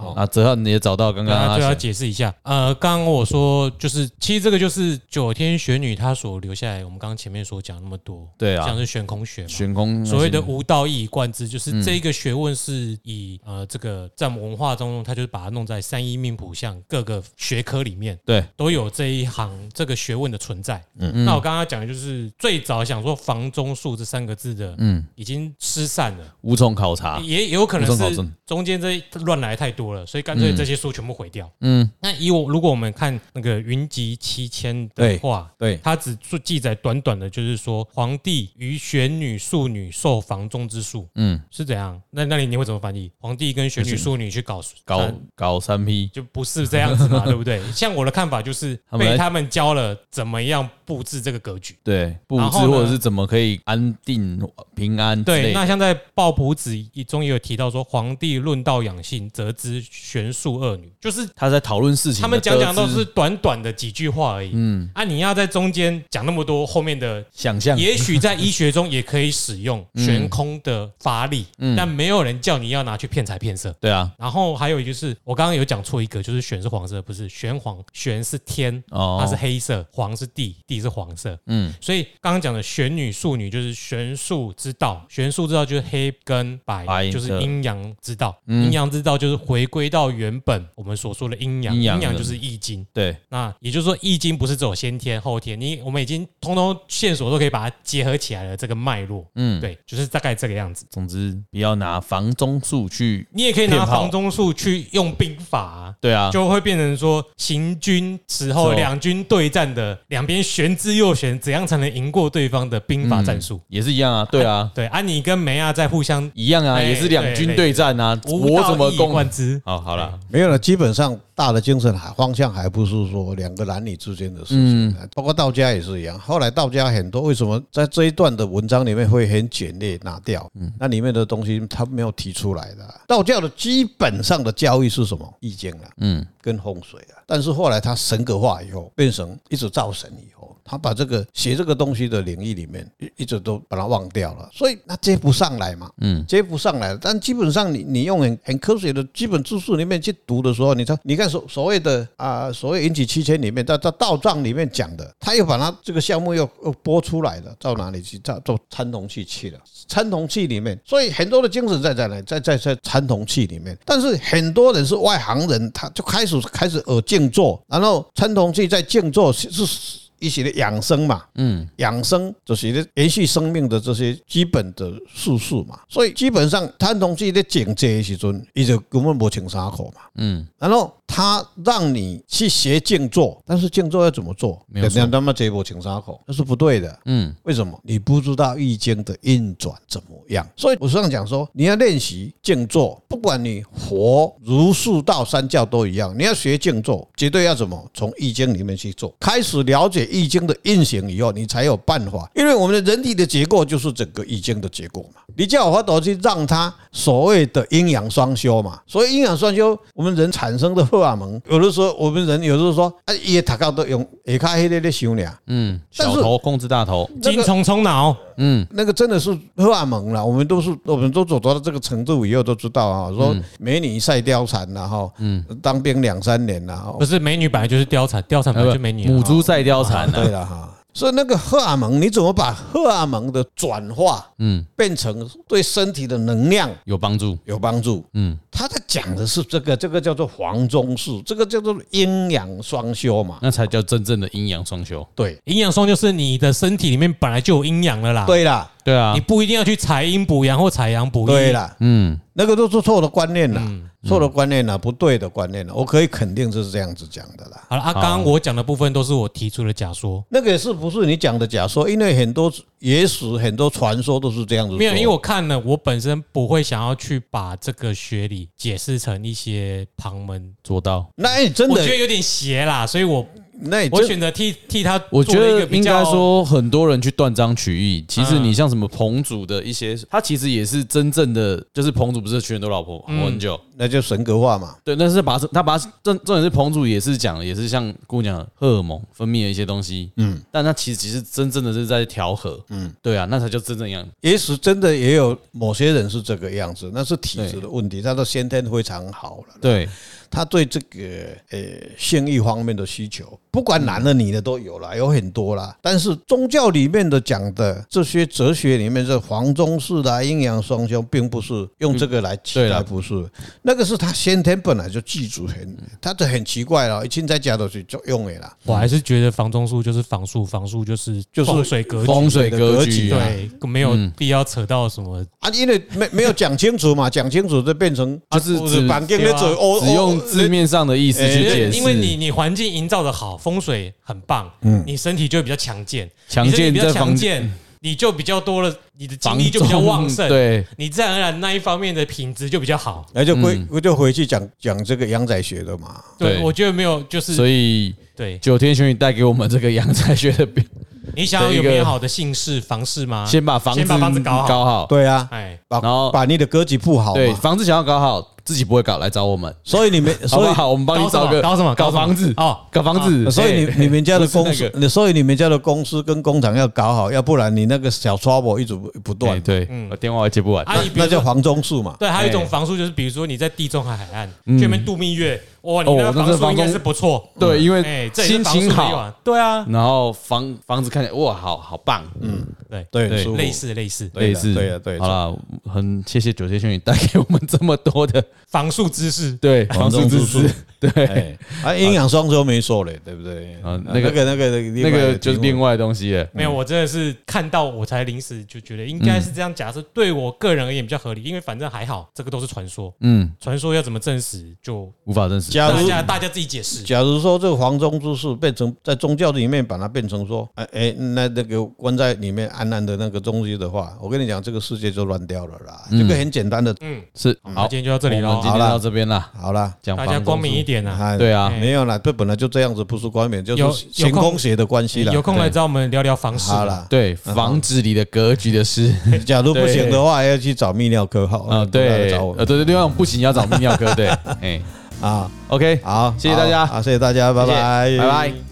[SPEAKER 2] 好，那哲翰你也找到刚刚
[SPEAKER 1] 那
[SPEAKER 2] 阿
[SPEAKER 1] 就要
[SPEAKER 2] 翔，
[SPEAKER 1] 解释一下。呃，刚刚我说就是，其实这个就是九天玄女她所留下来，我们刚刚前面所讲那么多，
[SPEAKER 2] 对啊
[SPEAKER 1] 像是悬空学嘛。
[SPEAKER 2] 悬空
[SPEAKER 1] 所谓的无道一以贯之，就是这一个学问是以呃这个在我们文化中，它就是把它弄在三一命谱像各个学科里面
[SPEAKER 2] 对，
[SPEAKER 1] 都有这一行这个学问的存在。嗯，那我刚刚讲的就是最早想说房中术这三个字的，嗯，已经失散了，
[SPEAKER 2] 无从考察，
[SPEAKER 1] 也也有可
[SPEAKER 2] 无从考
[SPEAKER 1] 能是
[SPEAKER 2] 证
[SPEAKER 1] 中间这乱来太多了，所以干脆这些书全部毁掉。
[SPEAKER 2] 嗯，
[SPEAKER 1] 那以我如果我们看那个云集七千的
[SPEAKER 3] 对
[SPEAKER 1] 话，
[SPEAKER 3] 对，
[SPEAKER 1] 它只注记载短短的，就是说皇帝与玄女、庶女受房中之术
[SPEAKER 2] 嗯，
[SPEAKER 1] 是怎样？那那你你会怎么翻译？皇帝跟玄女、庶女去搞
[SPEAKER 2] 嗯搞
[SPEAKER 1] 搞。
[SPEAKER 2] 搞三 P，
[SPEAKER 1] 就不是这样子
[SPEAKER 2] [laughs]
[SPEAKER 1] 嘛，对不对？像我的看法就是
[SPEAKER 2] 他们来
[SPEAKER 1] 被他们教了怎么样布置这个格局。
[SPEAKER 2] 对，布
[SPEAKER 1] 然
[SPEAKER 2] 置
[SPEAKER 1] 后呢
[SPEAKER 2] 或者是怎么可以安定平安之
[SPEAKER 1] 对，
[SPEAKER 2] 类
[SPEAKER 1] 那
[SPEAKER 2] 的，
[SPEAKER 1] 像在《抱朴子》一中也有提到说，皇帝论道养性，则知玄庶二女，就是
[SPEAKER 2] 他在讨论事情的
[SPEAKER 1] 他们讲讲都
[SPEAKER 2] 得
[SPEAKER 1] 是
[SPEAKER 2] 知
[SPEAKER 1] 短短的几句话而已。
[SPEAKER 2] 嗯
[SPEAKER 1] 啊，你要在中间讲那么多，后面的
[SPEAKER 2] 想象，
[SPEAKER 1] 也许在医学中也可以使用悬空的发力，
[SPEAKER 2] 嗯
[SPEAKER 1] 但没有人叫你要拿去骗财骗色。
[SPEAKER 2] 对啊，
[SPEAKER 1] 然后还有就是，我刚刚有讲错一个，就是玄是黄色，不是玄黄，玄是天，
[SPEAKER 2] 哦
[SPEAKER 1] 它是黑色，黄是地，地是黄色。
[SPEAKER 2] 嗯
[SPEAKER 1] 所以刚刚讲的玄女、庶女就是玄术之道，玄术之道就是黑跟白，
[SPEAKER 2] 白
[SPEAKER 1] 就是
[SPEAKER 2] 的嗯
[SPEAKER 1] 阴阳之道。阴阳之道就是回归到原本我们所说的阴阳，
[SPEAKER 2] 阴
[SPEAKER 1] 阴
[SPEAKER 2] 阳的
[SPEAKER 1] 阳就是易经。
[SPEAKER 2] 对，
[SPEAKER 1] 那也就是说，《易经》不是只有先天后天，你我们已经通通线索都可以把它结合起来了，这个脉络，
[SPEAKER 2] 嗯，
[SPEAKER 1] 对，就是大概这个样子。
[SPEAKER 2] 总之不要拿房中术去，
[SPEAKER 1] 你也可以拿
[SPEAKER 2] 骗炮
[SPEAKER 1] 房中术去用兵法、啊。
[SPEAKER 2] 对啊，
[SPEAKER 1] 就会变成说，行军时
[SPEAKER 2] 是
[SPEAKER 1] 候
[SPEAKER 2] 哦
[SPEAKER 1] 两军对战的两边玄之又玄，怎样才能赢过对方的兵法战术？
[SPEAKER 2] 也是一样啊，对啊，
[SPEAKER 1] 对，安、啊、你跟梅亚在互相
[SPEAKER 2] 一样啊，
[SPEAKER 1] 哎
[SPEAKER 2] 也是两军对战啊，
[SPEAKER 1] 无
[SPEAKER 2] 我
[SPEAKER 1] 道
[SPEAKER 2] 怎么
[SPEAKER 1] 一以
[SPEAKER 2] 攻？
[SPEAKER 1] 贯哎之？
[SPEAKER 2] 好，好了，
[SPEAKER 3] 没有了，基本上大的精神还方向还不是说两个男女之间的事情，包括道家也是一样。后来道家很多为什么在这一段的文章里面会很简略拿掉？那里面的东西他没有提出来的啊。道教的基本上的教义是什么？易经啊，
[SPEAKER 2] 嗯，
[SPEAKER 3] 跟风水啊。但是后来他神格化以后，变成一直造神以后，他把这个写这个东西的领域里面一一直都把它忘掉了，所以他接不上来嘛。接不上来，但基本上你你用很很科学的基本知识里面去读的时候，你看你看所所谓的啊、所谓引起七千里面，在在道藏里面讲的，他又把它这个项目又又拨出来了，到哪里去？到到参同器去了，参同器里面，所以很多的精神在在哪？在在在参同器里面，但是很多人是外行人，他就开始开始耳静坐，然后参同器在静坐是是。一些的养生嘛，
[SPEAKER 2] 嗯，
[SPEAKER 3] 养生就是咧延续生命的这些基本的叙述嘛。所以基本上，谭同志咧警戒的时阵，伊就根本无穿衫裤嘛。
[SPEAKER 2] 嗯，
[SPEAKER 3] 然后他让你去学静坐，但是静坐要怎么做？
[SPEAKER 2] 没有错
[SPEAKER 3] 人家他妈这波穿衫裤，那是不对的。
[SPEAKER 2] 嗯，
[SPEAKER 3] 为什么？你不知道易经的运转怎么样，所以我常讲说，你要练习静坐，不管你佛、儒、术、道三教都一样，你要学静坐，绝对要怎么从易经里面去做，开始了解易经的运行以后，你才有办法，因为我们的人体的结构就是整个易经的结构嘛，你叫我法度去让它所谓的阴阳双修嘛，所以阴阳双修，我们人产生的荷尔蒙，有的时候我们人有的时候说，啊，也他高都用，也开黑的咧修俩。
[SPEAKER 2] 嗯，
[SPEAKER 3] 但
[SPEAKER 2] 小
[SPEAKER 3] 是
[SPEAKER 2] 头控制大头，
[SPEAKER 3] 那个
[SPEAKER 1] 金虫冲脑，
[SPEAKER 2] 嗯，
[SPEAKER 3] 那个真的是荷尔蒙了，我们都是我们都走到这个程度以后都知道啊，说美女赛貂蝉了哈，嗯，当兵两三年了哈
[SPEAKER 1] 不，是美女本来就是貂蝉，貂蝉本来就美女啊。
[SPEAKER 2] 呃母猪赛貂蝉啊，
[SPEAKER 3] [laughs] 对了哈，所以那个荷尔蒙你怎么把荷尔蒙的转化
[SPEAKER 2] 嗯，
[SPEAKER 3] 变成对身体的能量
[SPEAKER 2] 有帮助，
[SPEAKER 3] 有帮助？
[SPEAKER 2] 嗯
[SPEAKER 3] 他在讲的是这个，这个叫做黄宗术，这个叫做阴阳双修嘛，
[SPEAKER 2] 那才叫真正的阴阳双修。
[SPEAKER 3] 对
[SPEAKER 1] 营养霜就是你的身体里面本来就有阴阳了啦，
[SPEAKER 3] 对啦，
[SPEAKER 2] 对啊
[SPEAKER 1] 你，不一定要去采阴补阳或采阳补阴。
[SPEAKER 3] 对，啦。
[SPEAKER 2] 嗯，
[SPEAKER 3] 那个都是错的观念啦，错的观念啦，不对的观念啦，我可以肯定是这样子讲的啦。
[SPEAKER 1] 好了啊，刚刚我讲的部分都是我提出的假说，
[SPEAKER 3] 那个是不是你讲的假说？因为很多野史、很多传说都是这样子。
[SPEAKER 1] 没有，因为我看了，我本身不会想要去把这个学理解释成一些旁门，
[SPEAKER 2] 做到。
[SPEAKER 3] 那你真
[SPEAKER 1] 我
[SPEAKER 3] 的
[SPEAKER 1] 觉，得有点邪啦，所以我
[SPEAKER 3] 那你
[SPEAKER 1] 我
[SPEAKER 3] 就
[SPEAKER 1] 选择替替他
[SPEAKER 2] 哎我觉
[SPEAKER 1] 做了一
[SPEAKER 2] 得
[SPEAKER 1] 个比
[SPEAKER 2] 应该
[SPEAKER 1] 较
[SPEAKER 2] 说，很多人去断章取义。其实
[SPEAKER 1] 嗯
[SPEAKER 2] 你像什么彭祖的一些，他其实也是真正的，就是彭祖不是娶很多老婆活
[SPEAKER 1] 嗯
[SPEAKER 2] 很久，
[SPEAKER 3] 那就神格化嘛。
[SPEAKER 2] 对，但是把他把重重点是彭祖也是讲，也是像姑娘荷尔蒙分泌的一些东西，嗯，但他其实只是真正的是在调和，嗯，对啊，那才叫真正样，
[SPEAKER 3] 也许真的也有某些人是这个样子，那是体质的问题，他的先天非常好了，
[SPEAKER 2] 对，
[SPEAKER 3] 他对这个呃性欲方面的需求，不管男的女的都有
[SPEAKER 2] 嗯
[SPEAKER 3] 啦，有很多啦。但是宗教里面的讲的这些哲学里面，这黄宗式啦、阴阳双修，并不是用这个来起
[SPEAKER 2] 对啦
[SPEAKER 3] 来，不是
[SPEAKER 2] 嗯
[SPEAKER 3] 那个是他先天本来就记住很，他就很奇怪了，已经在家都是就用的啦。
[SPEAKER 1] 我还是觉得防中术就是防术，防术就是
[SPEAKER 3] 就是
[SPEAKER 1] 风水格局，
[SPEAKER 2] 风水格局、啊，
[SPEAKER 1] 对，没有必要扯到什么。
[SPEAKER 3] 啊，因为没没有讲清楚嘛， [laughs] 讲清楚就变成
[SPEAKER 2] 啊就是只
[SPEAKER 3] 板凳在走，哦
[SPEAKER 2] 只用字面上的意思去
[SPEAKER 1] 因为
[SPEAKER 2] 解释，
[SPEAKER 1] 哦哎因为你你环境营造的好，风水很棒，你身体就会比较强健，
[SPEAKER 2] 嗯强
[SPEAKER 1] 你
[SPEAKER 2] 健
[SPEAKER 1] 身体比较
[SPEAKER 2] 在房
[SPEAKER 1] 强健，你就比较多了，你的精
[SPEAKER 2] 房
[SPEAKER 1] 力就比较
[SPEAKER 2] 仲
[SPEAKER 1] 旺盛，，
[SPEAKER 2] 对，
[SPEAKER 1] 你自然而然那一方面的品质就比较好。
[SPEAKER 3] 那哎就回
[SPEAKER 2] 嗯
[SPEAKER 3] 我就回去讲讲这个羊仔学的嘛。
[SPEAKER 1] 对，
[SPEAKER 2] 对
[SPEAKER 1] 我觉得没有，就是
[SPEAKER 2] 所以
[SPEAKER 1] 对，
[SPEAKER 2] 九天玄女带给我们这个阳宅学的病，
[SPEAKER 1] 你想要有
[SPEAKER 2] 一个
[SPEAKER 1] 美好的姓氏、房事吗？
[SPEAKER 2] 先把房子
[SPEAKER 1] 啊先把房子搞好
[SPEAKER 2] 搞好，
[SPEAKER 3] 对啊，
[SPEAKER 1] 哎，
[SPEAKER 3] 把
[SPEAKER 2] 然后
[SPEAKER 3] 把你的格局铺好
[SPEAKER 2] 对，
[SPEAKER 3] 嘛。
[SPEAKER 2] 房子想要搞好，自己不会搞，来找我们，
[SPEAKER 3] 所以你们，
[SPEAKER 2] 好
[SPEAKER 3] 所
[SPEAKER 2] 不
[SPEAKER 3] 以啊
[SPEAKER 2] 好？我们帮你
[SPEAKER 1] 搞什
[SPEAKER 2] 找
[SPEAKER 1] 么
[SPEAKER 2] 个
[SPEAKER 1] 搞什么
[SPEAKER 2] 搞
[SPEAKER 1] 搞什么
[SPEAKER 2] 房子
[SPEAKER 1] 哦
[SPEAKER 2] 搞房子，
[SPEAKER 3] 所以
[SPEAKER 2] 哎
[SPEAKER 3] 你你们家的公
[SPEAKER 2] 不是
[SPEAKER 3] 司
[SPEAKER 2] 那，哎
[SPEAKER 3] 你所以你们家的公司跟工厂要搞好，要不然你那个小 trouble 一直不不
[SPEAKER 2] 对
[SPEAKER 3] 断，
[SPEAKER 2] 对，我电话也接不完，
[SPEAKER 1] 啊，你比
[SPEAKER 3] 那
[SPEAKER 1] 如
[SPEAKER 3] 叫
[SPEAKER 1] 说。
[SPEAKER 3] 黄钟术嘛。
[SPEAKER 1] 对，还有一
[SPEAKER 2] 哎嗯
[SPEAKER 1] 种房术就是，比如说你在地中海海岸去那边度蜜月，哇，你那
[SPEAKER 2] 哦那
[SPEAKER 1] 房
[SPEAKER 2] 这
[SPEAKER 1] 术应该
[SPEAKER 2] 房
[SPEAKER 1] 是不错，
[SPEAKER 2] 对，因
[SPEAKER 1] 哎
[SPEAKER 2] 为，
[SPEAKER 1] 这也是
[SPEAKER 2] 心
[SPEAKER 1] 房术
[SPEAKER 2] 情
[SPEAKER 1] 的一
[SPEAKER 2] 好，嗯
[SPEAKER 1] 环，对啊，
[SPEAKER 2] 然后房房子看起来哇，好好棒，嗯，
[SPEAKER 1] 对，
[SPEAKER 3] 对，
[SPEAKER 2] 对
[SPEAKER 3] 很舒服
[SPEAKER 1] 类似类似
[SPEAKER 3] 对的
[SPEAKER 2] 类似，
[SPEAKER 3] 对的对的
[SPEAKER 2] 好了，很谢谢九天玄女带给我们这么多
[SPEAKER 3] [laughs]
[SPEAKER 2] 的
[SPEAKER 1] 房术知识，
[SPEAKER 2] 对
[SPEAKER 3] 房
[SPEAKER 2] 房
[SPEAKER 3] 中
[SPEAKER 2] 子知
[SPEAKER 3] 之术
[SPEAKER 2] 识，对，
[SPEAKER 3] 哎，
[SPEAKER 2] [laughs]
[SPEAKER 3] 啊，阴阳双修没说嘞，对不对？
[SPEAKER 2] 啊
[SPEAKER 3] 那
[SPEAKER 2] 那
[SPEAKER 3] 个
[SPEAKER 2] 个
[SPEAKER 3] 那个
[SPEAKER 2] 那个就是另
[SPEAKER 3] 外
[SPEAKER 2] 外的东西了，
[SPEAKER 1] 没有，我真的是看到我才临时就觉得应该是这样假设，对我个人而言比较合理，因为反正还好，这个都是传说，
[SPEAKER 2] 嗯，
[SPEAKER 1] 传说要怎么证实就
[SPEAKER 2] 无法证
[SPEAKER 3] 一
[SPEAKER 2] 实，
[SPEAKER 3] 个
[SPEAKER 1] 大
[SPEAKER 3] 问题嘛。假
[SPEAKER 1] 家
[SPEAKER 3] 如
[SPEAKER 1] 大家自己解释。
[SPEAKER 3] 假如说这个黄钟之术变成在宗教里面把它变成说，哎哎，那那个关在里面安安的那个东西的话，我跟你讲，这个世界就乱掉了啦。这个很简单的，
[SPEAKER 1] 嗯，
[SPEAKER 2] 是
[SPEAKER 1] 那
[SPEAKER 2] 好，
[SPEAKER 1] 今天就到这里
[SPEAKER 2] 我们
[SPEAKER 1] 喽
[SPEAKER 2] 今，天到这边啦，
[SPEAKER 3] 好啦，
[SPEAKER 2] 讲
[SPEAKER 1] 大家光明一
[SPEAKER 2] 点，
[SPEAKER 1] 点啊，
[SPEAKER 3] 啊
[SPEAKER 2] 对啊，
[SPEAKER 1] 哎
[SPEAKER 3] 没有啦，这本来就这样子，不是冠冕，就
[SPEAKER 1] 有
[SPEAKER 3] 是行空学的关系啦。
[SPEAKER 1] 有空来找我们聊聊房事
[SPEAKER 3] 嗯好
[SPEAKER 1] 啦。
[SPEAKER 3] 啦，
[SPEAKER 2] 对，房子里的格局的事
[SPEAKER 3] 假如不行的话，要去找泌尿科好
[SPEAKER 2] 啊，
[SPEAKER 3] 不哦要来
[SPEAKER 2] 对，
[SPEAKER 3] 找我
[SPEAKER 2] 呃，
[SPEAKER 3] 们
[SPEAKER 2] 对对，另外不行要
[SPEAKER 3] [laughs]
[SPEAKER 2] 找泌尿科，对，哎
[SPEAKER 3] 啊。
[SPEAKER 2] ，OK，
[SPEAKER 3] 好，
[SPEAKER 2] 谢谢大家
[SPEAKER 3] 好啊，谢谢大家，拜拜，
[SPEAKER 2] 拜拜。